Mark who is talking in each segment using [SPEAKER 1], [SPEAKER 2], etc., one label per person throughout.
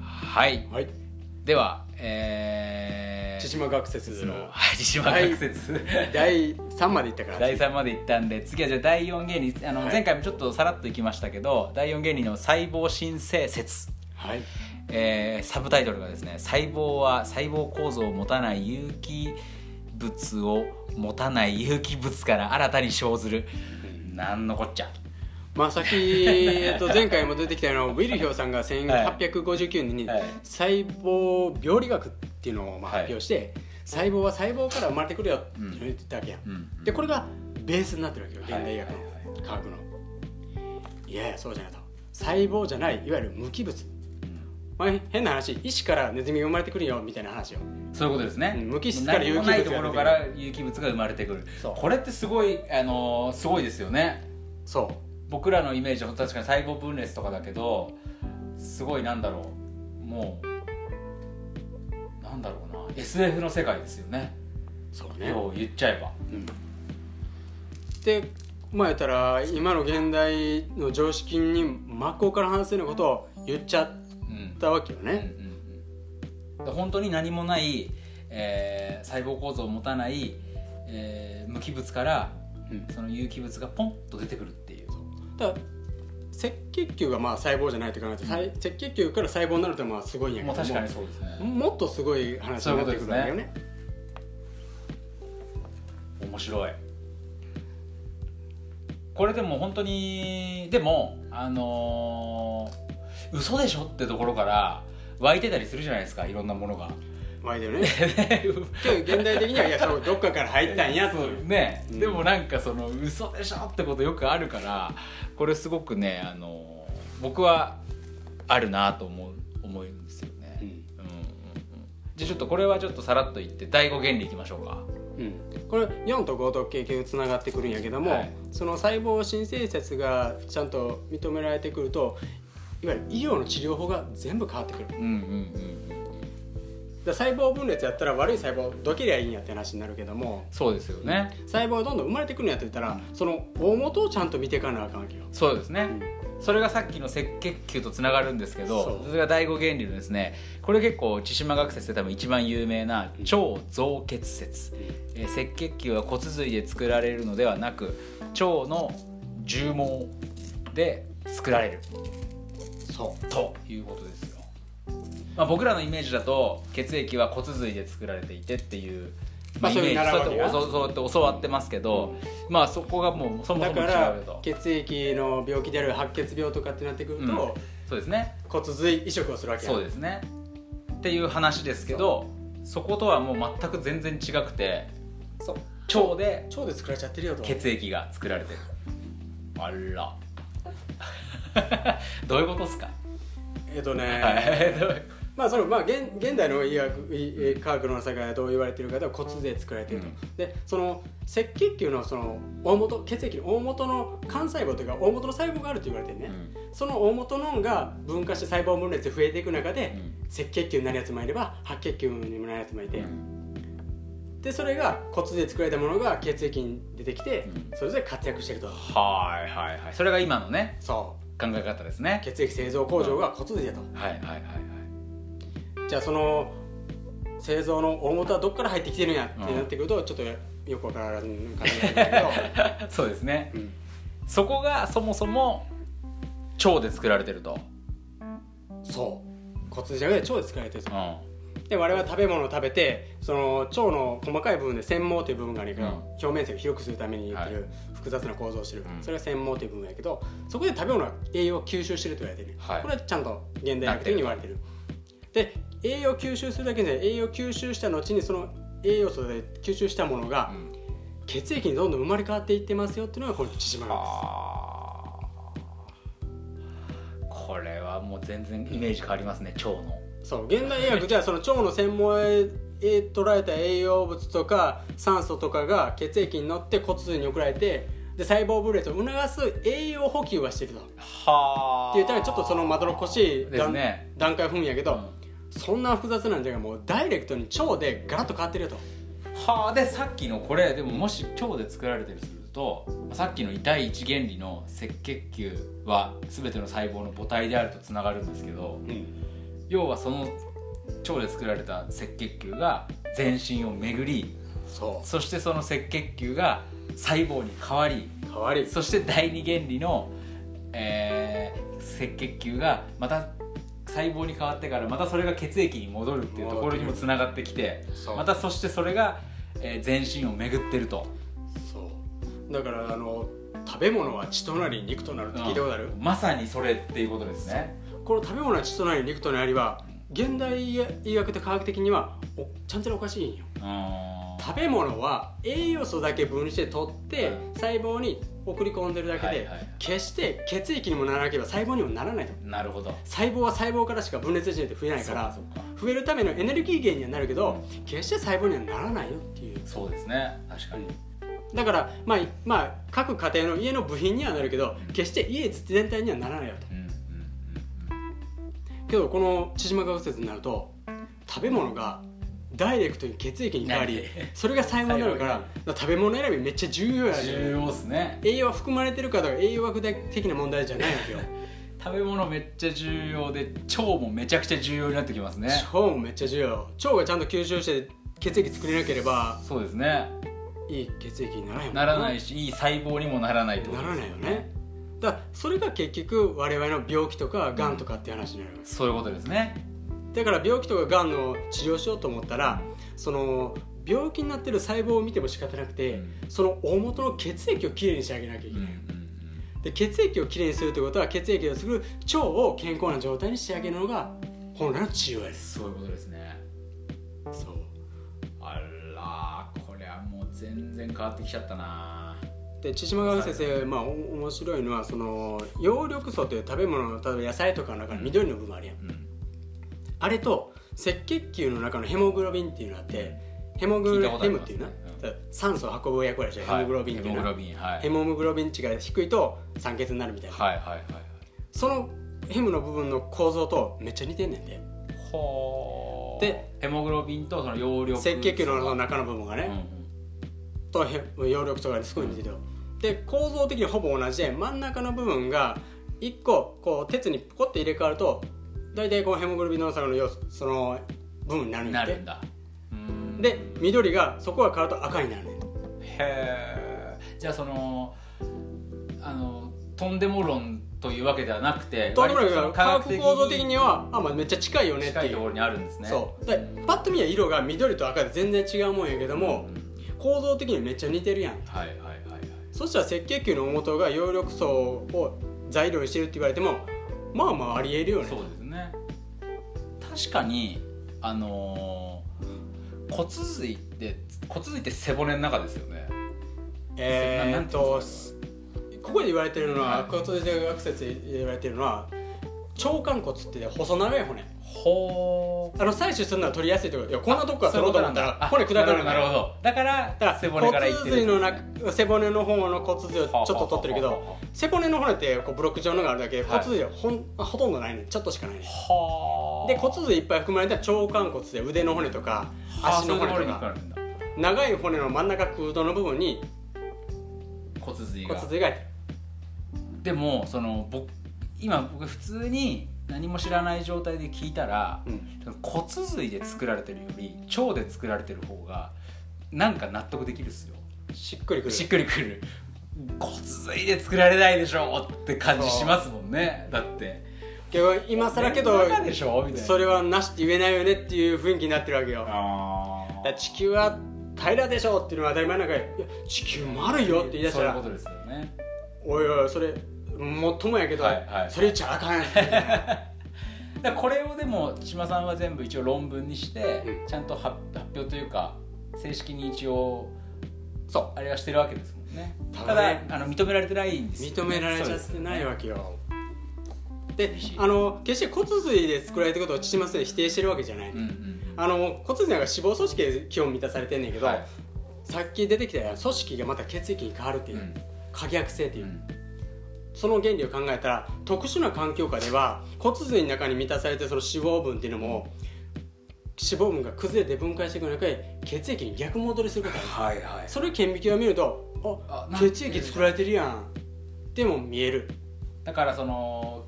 [SPEAKER 1] はい
[SPEAKER 2] はい
[SPEAKER 1] ではえー
[SPEAKER 2] 千島学説
[SPEAKER 1] の
[SPEAKER 2] の
[SPEAKER 1] はい千島学説、
[SPEAKER 2] 第3までいったから
[SPEAKER 1] 第3まで行ったんで次はじゃあ第4芸人あの、
[SPEAKER 2] はい
[SPEAKER 1] 前回もちょっとさらっといきましたけど第4芸人の細胞新生説
[SPEAKER 2] はい
[SPEAKER 1] えーサブタイトルがですね「細胞は細胞構造を持たない有機物を持たない有機物から新たに生ずる」なんのこっちゃ
[SPEAKER 2] まあ先えっと前回も出てきたようなウィルヒョウさんが1859年に
[SPEAKER 1] はい
[SPEAKER 2] 細胞病理学っていうのをまあ
[SPEAKER 1] はい
[SPEAKER 2] 発表して、細胞は細胞から生まれてくるよって言ったわけや、
[SPEAKER 1] うん
[SPEAKER 2] でこれがベースになってるわけよ現代医学の
[SPEAKER 1] はいはい
[SPEAKER 2] 科学の、いやいやそうじゃないと細胞じゃないいわゆる無機物、まあ、変な話意思からネズミが生まれてくるよみたいな話よ
[SPEAKER 1] そういうことですね
[SPEAKER 2] うん無機質から有機物
[SPEAKER 1] な
[SPEAKER 2] が
[SPEAKER 1] い
[SPEAKER 2] 出
[SPEAKER 1] と
[SPEAKER 2] てくる
[SPEAKER 1] ころから有機物が生まれてくる
[SPEAKER 2] そう
[SPEAKER 1] これってすごい、あのーすごいですよね
[SPEAKER 2] そう
[SPEAKER 1] 僕らのイメージは確かに細胞分裂とかだけどすごいなんだろうもうなんだろうな SF の世界ですよね
[SPEAKER 2] そうね
[SPEAKER 1] よう言っちゃえば
[SPEAKER 2] でまあ言ったら今の現代の常識に真っ向から反するようなことを言っちゃっ
[SPEAKER 1] うん
[SPEAKER 2] たわけよ
[SPEAKER 1] うん
[SPEAKER 2] ね、
[SPEAKER 1] うんうん、本当に何もない、えー細胞構造を持たない、えー無機物から
[SPEAKER 2] うん
[SPEAKER 1] その有機物がポンと出てくるっていう
[SPEAKER 2] ただ赤血球がまあ細胞じゃないと考えて、さい赤血球から細胞になるとまあすごいんやけ
[SPEAKER 1] も
[SPEAKER 2] ど
[SPEAKER 1] う確かに
[SPEAKER 2] も
[SPEAKER 1] そうですね
[SPEAKER 2] もっとすごい話になってくるわけよね
[SPEAKER 1] 面白いこれでも本当にでもあのー嘘でしょってところから湧いてたりするじゃないですかいろんなものが
[SPEAKER 2] まあいいよね 今日現代的にはいやそうどっかから入ったんやと
[SPEAKER 1] そうね、
[SPEAKER 2] うん
[SPEAKER 1] でもなんかその嘘でしょってことよくあるからこれすごくねあの僕はあるなと思う思うんですよね、
[SPEAKER 2] う
[SPEAKER 1] うんんうんうん、じゃあちょっとこれはちょっとさらっと言って第5原理いきましょうか
[SPEAKER 2] うん、これ4と5と経験つながってくるんやけども、
[SPEAKER 1] はい
[SPEAKER 2] その細胞新生説がちゃんと認められてくるといわゆる医療の治療法が全部変わってくるだか
[SPEAKER 1] うんうんうんうん
[SPEAKER 2] ら細胞分裂やったら悪い細胞どけりゃいいんやって話になるけども
[SPEAKER 1] そうですよね
[SPEAKER 2] 細胞がどんどん生まれてくるんやって言ったら、その大元をちゃんと見ていかなあかんわけよ、
[SPEAKER 1] そうですね、
[SPEAKER 2] うん
[SPEAKER 1] それがさっきの赤血球とつながるんですけど
[SPEAKER 2] そう
[SPEAKER 1] それが第五原理のですねこれ結構千島学説で多分一番有名な超造血説、えー赤血球は骨髄で作られるのではなく腸の重毛で作られる
[SPEAKER 2] そう
[SPEAKER 1] ということですよ、まあ、僕らのイメージだと血液は骨髄で作られていてっていう、
[SPEAKER 2] まあ
[SPEAKER 1] イメージ
[SPEAKER 2] そういう習わ
[SPEAKER 1] そう
[SPEAKER 2] り
[SPEAKER 1] や
[SPEAKER 2] が
[SPEAKER 1] ってそうやって教わってますけど、まあそこがもうそも
[SPEAKER 2] だ
[SPEAKER 1] そも
[SPEAKER 2] か
[SPEAKER 1] 違
[SPEAKER 2] ら
[SPEAKER 1] うと
[SPEAKER 2] 血液の病気である白血病とかってなってくると、
[SPEAKER 1] そうですね
[SPEAKER 2] 骨髄移植をするわけや
[SPEAKER 1] そうですねっていう話ですけどそことはもう全く全然違くて
[SPEAKER 2] そう
[SPEAKER 1] 腸で
[SPEAKER 2] 腸で作られちゃってるよと
[SPEAKER 1] 血液が作られてるあら どういうことっすか、
[SPEAKER 2] えっとね、
[SPEAKER 1] はいどういう
[SPEAKER 2] まあそのまあ現現代の医学医科学の世界はどう言われてるかとは骨で作られていると、
[SPEAKER 1] う
[SPEAKER 2] でその赤血球のその大元血液の大元の幹細胞というか大元の細胞があると言われてるね、その大元のが分化して細胞分裂で増えていく中で、
[SPEAKER 1] うん
[SPEAKER 2] 赤血球になるやつもいれば白血球にもなるやつもいて、
[SPEAKER 1] うん
[SPEAKER 2] でそれが骨で作られたものが血液に出てきて、
[SPEAKER 1] うん
[SPEAKER 2] それぞれ活躍してると
[SPEAKER 1] はいはいはいそれが今のね
[SPEAKER 2] そう
[SPEAKER 1] 考え方ですね
[SPEAKER 2] 血液製造工場が骨髄だと、
[SPEAKER 1] はいはいはいはい
[SPEAKER 2] じゃあその製造の大元はどっから入ってきてるんやってなってくるとちょっとよくわからん感じになるけ
[SPEAKER 1] そうですね
[SPEAKER 2] ど、うん
[SPEAKER 1] そこがそもそも腸で作られてると、
[SPEAKER 2] そう骨髄じゃなくて腸で作られてるんです
[SPEAKER 1] う
[SPEAKER 2] よ
[SPEAKER 1] ん、
[SPEAKER 2] で我々は食べ物を食べてその腸の細かい部分で繊毛という部分があるから、
[SPEAKER 1] うん
[SPEAKER 2] 表面積を広くするために言って
[SPEAKER 1] は
[SPEAKER 2] る複雑な構造をしてる、
[SPEAKER 1] うん
[SPEAKER 2] それが繊毛という部分やけどそこで食べ物は栄養を吸収してると言われてる、
[SPEAKER 1] はい
[SPEAKER 2] これはちゃんと現代学的に言われてるで栄養を吸収するだけじゃない栄養を吸収した後にその栄養素で吸収したものが、
[SPEAKER 1] うん
[SPEAKER 2] 血液にどんどん生まれ変わっていってますよっていうのがこの縮まるんで
[SPEAKER 1] あーこれはもう全然イメージ変わりますね腸の
[SPEAKER 2] すそう現代医学ではその腸の専門へ捉えた栄養物とか酸素とかが血液に乗って骨髄に送られてで細胞分裂を促す栄養補給はしてるとって
[SPEAKER 1] は
[SPEAKER 2] 言ったらちょっとそのまどろっこしい
[SPEAKER 1] です
[SPEAKER 2] 段,、
[SPEAKER 1] ね
[SPEAKER 2] 段階踏むんやけど、
[SPEAKER 1] うん
[SPEAKER 2] そんな複雑なんじゃがもうダイレクトに腸でガラッと変わってるよと
[SPEAKER 1] はあでさっきのこれでももし腸で作られてるとするとさっきの第一原理の赤血球は全ての細胞の母体であるとつながるんですけど要はその腸で作られた赤血球が全身を巡り
[SPEAKER 2] そ
[SPEAKER 1] そしてその赤血球が細胞に変わり
[SPEAKER 2] う変わり
[SPEAKER 1] そして第二原理の、えー赤血球がまた細胞に変わってからまたそれが血液に戻るっていうところにもつながってきて
[SPEAKER 2] そう
[SPEAKER 1] またそしてそれが、えー全身を巡ってると
[SPEAKER 2] そうだからあの食べ物は血となり肉となるって聞いたことある、
[SPEAKER 1] まさにそれっていうことですね
[SPEAKER 2] この食べ物は血となり肉となりは現代医学と科学的にはおちゃんちゃらおかしいんよ
[SPEAKER 1] うん
[SPEAKER 2] 食べ物は栄養素だけ分離して取って、
[SPEAKER 1] うん
[SPEAKER 2] 細胞に送り込んでるだけで、
[SPEAKER 1] はいはいはい
[SPEAKER 2] 決して血液にもならなければ細胞にもならないと
[SPEAKER 1] なるほど
[SPEAKER 2] 細胞は細胞からしか分裂時点で増えないから
[SPEAKER 1] そうかそうか
[SPEAKER 2] 増えるためのエネルギー源にはなるけど、決して細胞にはならないよっていう
[SPEAKER 1] そうですね確かに、
[SPEAKER 2] だから、まあまあ、各家庭の家の部品にはなるけど決して家全体にはならないよと
[SPEAKER 1] うんうん
[SPEAKER 2] けどこの縮ま学説になると食べ物がダイレクトに血液に変わ
[SPEAKER 1] な
[SPEAKER 2] り
[SPEAKER 1] る
[SPEAKER 2] それが細胞になるから
[SPEAKER 1] 細胞に
[SPEAKER 2] だから食べ物選びめっちゃ重要
[SPEAKER 1] うん
[SPEAKER 2] や
[SPEAKER 1] 重
[SPEAKER 2] ね
[SPEAKER 1] 要ですね
[SPEAKER 2] 栄養は含まれてるかとか栄養学的な問題じゃないわけよ
[SPEAKER 1] 食べ物めっちゃ重要で腸もめちゃくちゃ重要になってきますね
[SPEAKER 2] 腸もめっちゃ重要腸がちゃんと吸収して血液作れなければ
[SPEAKER 1] そうですね
[SPEAKER 2] いい血液にならへんもん
[SPEAKER 1] ならないしいい細胞にもならないってこ
[SPEAKER 2] な
[SPEAKER 1] と
[SPEAKER 2] ら
[SPEAKER 1] です
[SPEAKER 2] ないよねだからそれが結局我々の病気とかがんとかって話になるわけ
[SPEAKER 1] そういうことですね
[SPEAKER 2] だから病気とかがんの治療しようと思ったらその病気になってる細胞を見ても仕方なくて、
[SPEAKER 1] うん
[SPEAKER 2] その大元の血液をきれいにしてあげなきゃいけ
[SPEAKER 1] うんう
[SPEAKER 2] なんい、で血液をきれいにするってことは血液を作る腸を健康な状態にしてあげるのが本来の治療や
[SPEAKER 1] うん
[SPEAKER 2] です
[SPEAKER 1] そういうことですね
[SPEAKER 2] そう
[SPEAKER 1] あらーこれはもう全然変わってきちゃったな
[SPEAKER 2] で千島川先生、まあ、お面白いのはその葉緑素という食べ物例えば野菜とかの中の緑の部分あるやん
[SPEAKER 1] うん
[SPEAKER 2] あれと赤血球の中のヘモグロビンっていうのがあってヘモグ
[SPEAKER 1] 聞いた
[SPEAKER 2] ロ
[SPEAKER 1] ことあ
[SPEAKER 2] ヘ
[SPEAKER 1] り
[SPEAKER 2] ムっ
[SPEAKER 1] ます
[SPEAKER 2] ていうな、
[SPEAKER 1] う
[SPEAKER 2] 酸素を運ぶ役割じゃん、ヘモグロビンっていう
[SPEAKER 1] はいヘモグ
[SPEAKER 2] のは
[SPEAKER 1] ロビンはい
[SPEAKER 2] ヘモグロビン値が低いと酸欠になるみたいな、
[SPEAKER 1] はいはいはいはい
[SPEAKER 2] そのヘムの部分の構造とめっちゃ似てんねんで
[SPEAKER 1] ほー
[SPEAKER 2] で
[SPEAKER 1] ヘモグロビンとその葉緑素
[SPEAKER 2] 赤血球の中の部分が
[SPEAKER 1] うんう
[SPEAKER 2] ね、
[SPEAKER 1] ん
[SPEAKER 2] とヘ葉緑素がすごい似てるよ、で構造的にほぼ同じで真ん中の部分が1個こう鉄にポコって入れ替わると大体このヘモグロビンの中の要素その部分になるん
[SPEAKER 1] な
[SPEAKER 2] や
[SPEAKER 1] る
[SPEAKER 2] で
[SPEAKER 1] んだうん
[SPEAKER 2] で緑がそこが変わると赤になるねん
[SPEAKER 1] へえじゃあそのあのとんでも論というわけではなくて
[SPEAKER 2] とんでもない
[SPEAKER 1] 割その
[SPEAKER 2] 科学構造的
[SPEAKER 1] に
[SPEAKER 2] にはあ、まあ、めっちゃ近いよねって
[SPEAKER 1] 近い
[SPEAKER 2] い
[SPEAKER 1] とこ
[SPEAKER 2] う
[SPEAKER 1] ろにあるんですね
[SPEAKER 2] そうでパッと見は色が緑と赤で全然違うもんやけども、
[SPEAKER 1] ん
[SPEAKER 2] 構造的にめっちゃ似てるやん
[SPEAKER 1] はいはいはいはい
[SPEAKER 2] そしたら赤血球の元が葉緑素を材料にしてるって言われてもまあまあありえるよね
[SPEAKER 1] そうですね確かにあのー骨髄って骨髄って背骨の中ですよね
[SPEAKER 2] えー、っ
[SPEAKER 1] ななん
[SPEAKER 2] と
[SPEAKER 1] ていうんです
[SPEAKER 2] ここで言われてるの
[SPEAKER 1] は
[SPEAKER 2] はい骨髄性学説で言われてるのは腸管骨って言って細長い骨
[SPEAKER 1] ほう
[SPEAKER 2] あの採取するのは取りやすいってこといやこんなとこから取ろうと思ったら
[SPEAKER 1] こ
[SPEAKER 2] 骨
[SPEAKER 1] れ
[SPEAKER 2] 砕かれる
[SPEAKER 1] な
[SPEAKER 2] か
[SPEAKER 1] る
[SPEAKER 2] ら
[SPEAKER 1] ほどだから
[SPEAKER 2] だか
[SPEAKER 1] 背
[SPEAKER 2] ら
[SPEAKER 1] 骨から
[SPEAKER 2] 骨
[SPEAKER 1] いって
[SPEAKER 2] 髄の
[SPEAKER 1] 中
[SPEAKER 2] 中背骨の方の骨髄をちょっと取ってるけ
[SPEAKER 1] はあはあはあはあ
[SPEAKER 2] ど背骨の骨ってこうブロック状のがあるだけで
[SPEAKER 1] はい
[SPEAKER 2] 骨髄はほん、ほとんどないねちょっとしかないね
[SPEAKER 1] はあ
[SPEAKER 2] で骨髄いっぱい含まれた腸管骨で腕の骨とか足の骨
[SPEAKER 1] あ
[SPEAKER 2] と
[SPEAKER 1] そういうところに
[SPEAKER 2] か
[SPEAKER 1] 来るんだ
[SPEAKER 2] 長い骨の真ん中空洞の部分に
[SPEAKER 1] 骨髄が
[SPEAKER 2] 骨髄が入ってる
[SPEAKER 1] でもその僕今僕普通に何も知らない状態で聞いたら、
[SPEAKER 2] うん
[SPEAKER 1] 骨髄で作られてるより腸で作られてる方がなんか納得できるっすよ
[SPEAKER 2] しっくりくる
[SPEAKER 1] しっくりくる骨髄で作られないでしょって感じしますもんねだって
[SPEAKER 2] けど今更けど
[SPEAKER 1] 俺の中でしょみたいな
[SPEAKER 2] それはなしって言えないよねっていう雰囲気になってるわけよだか
[SPEAKER 1] あー
[SPEAKER 2] ら地球は平らでしょっていうのは当たり前なんかいや地球丸いよって言い出した
[SPEAKER 1] そう
[SPEAKER 2] ら
[SPEAKER 1] いうことですよね
[SPEAKER 2] おいおいそれもっともやけど、
[SPEAKER 1] はいはい
[SPEAKER 2] それ言っちゃあか んやんみたいな
[SPEAKER 1] だからこれをでも千島さんは全部一応論文にして、
[SPEAKER 2] うん
[SPEAKER 1] ちゃんと発発表というか正式に一応
[SPEAKER 2] そ
[SPEAKER 1] あれはしてるわけですもんねた
[SPEAKER 2] た
[SPEAKER 1] だ
[SPEAKER 2] だね
[SPEAKER 1] あの認められてないんですよね、
[SPEAKER 2] 認められちゃってないわけよであ
[SPEAKER 1] の
[SPEAKER 2] の決して骨髄で作られたことを父ません否定してるわけじゃない、
[SPEAKER 1] うんうん
[SPEAKER 2] あの骨髄なんか脂肪組織で基本満たされてんねんけど、
[SPEAKER 1] はい
[SPEAKER 2] さっき出てきたような組織がまた血液に変わるっていう、
[SPEAKER 1] うん
[SPEAKER 2] 可逆性っていうう、
[SPEAKER 1] ん
[SPEAKER 2] その原理を考えたら特殊な環境下では骨髄の中に満たされてるその脂肪分っていうのも脂肪分が崩れて分解していく中で血液に逆戻りすることがある
[SPEAKER 1] はいはい
[SPEAKER 2] それ顕微鏡を見るとあ
[SPEAKER 1] あ
[SPEAKER 2] 血液作られてるやんでも見える
[SPEAKER 1] だからその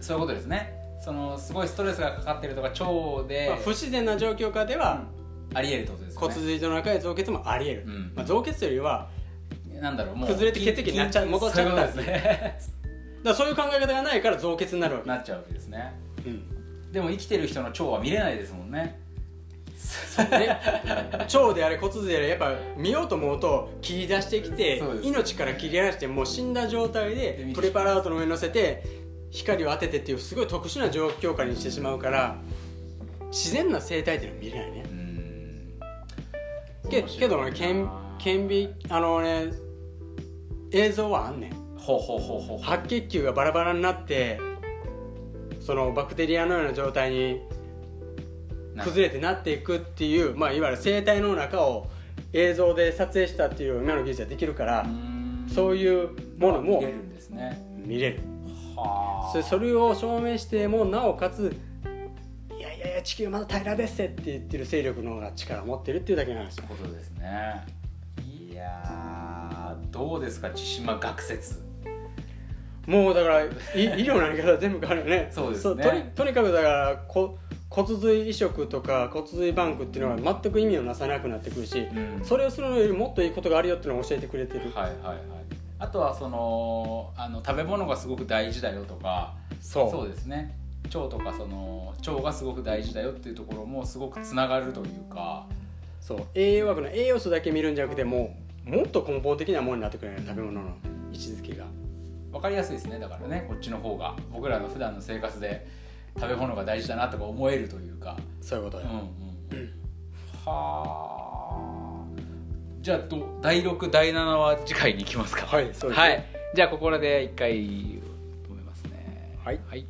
[SPEAKER 1] そういうことですねそのすごいストレスがかかってるとか腸で、
[SPEAKER 2] まあ、不自然な状況下では、
[SPEAKER 1] ありえるってことですよ
[SPEAKER 2] 骨
[SPEAKER 1] ね
[SPEAKER 2] 髄の中で造血もありえる、
[SPEAKER 1] うん
[SPEAKER 2] まあ、造血よりは
[SPEAKER 1] なんだろうもう
[SPEAKER 2] 崩れて血液になっちゃう戻っちゃった
[SPEAKER 1] そういうことですね
[SPEAKER 2] だからそういう考え方がないから造血になるわけ、
[SPEAKER 1] なっちゃうわけですね
[SPEAKER 2] うん
[SPEAKER 1] でも生きてる人の腸は見れないですもんね
[SPEAKER 2] ね、 腸であれ骨髄であれやっぱ見ようと思うと切り出してきて、
[SPEAKER 1] そうですね
[SPEAKER 2] 命から切り出してもう死んだ状態
[SPEAKER 1] で
[SPEAKER 2] で
[SPEAKER 1] 見て
[SPEAKER 2] プレパラートの上に乗せて光を当ててっていうすごい特殊な状況下にしてしまうから自然な生態っていうのは見れないね
[SPEAKER 1] うん面白いな
[SPEAKER 2] けけどね顕顕微あのね映像はあんねん
[SPEAKER 1] ほうほうほうほうほう
[SPEAKER 2] 白血球がバラバラになってそのバクテリアのような状態に
[SPEAKER 1] なんか
[SPEAKER 2] 崩れてなっていくっていう、まあ、いわゆる生態の中を映像で撮影したっていう今の技術ができるから
[SPEAKER 1] う、ん
[SPEAKER 2] そういうもの
[SPEAKER 1] 見
[SPEAKER 2] も
[SPEAKER 1] れるんですね
[SPEAKER 2] 見れる
[SPEAKER 1] は
[SPEAKER 2] そそれを証明してもなおかつ「いやいやいや地球まだ平らですって」って言ってる勢力の方が力を持ってるっていうだけの話
[SPEAKER 1] ということですねいやーどうですか千島学説
[SPEAKER 2] もうだからい医療のやり方全部変わるよね
[SPEAKER 1] そうですね
[SPEAKER 2] とにとにかくだからこ骨髄移植とか骨髄バンクっていうのは全く意味をなさなくなってくるし、
[SPEAKER 1] ん
[SPEAKER 2] それをするのよりもっといいことがあるよっていうのを教えてくれてる、
[SPEAKER 1] はいはいはいあとはそのあの食べ物がすごく大事だよとか
[SPEAKER 2] そう
[SPEAKER 1] そうですね腸とかその腸がすごく大事だよっていうところもすごくつながるというか
[SPEAKER 2] そう栄養学の栄養素だけ見るんじゃなくてもうもっと根本的なものになってくるよね食べ物の位置づけが
[SPEAKER 1] 分かりやすいですねだからねこっちの方が僕らの普段の生活で食べ物が大事だなとか思えるというか
[SPEAKER 2] そういうこと
[SPEAKER 1] うん
[SPEAKER 2] よ、
[SPEAKER 1] うんうんはあじゃあど第6第7は次回に行きますか
[SPEAKER 2] はいそうですね
[SPEAKER 1] はい、じゃあここらで一回止めますね
[SPEAKER 2] はい
[SPEAKER 1] はい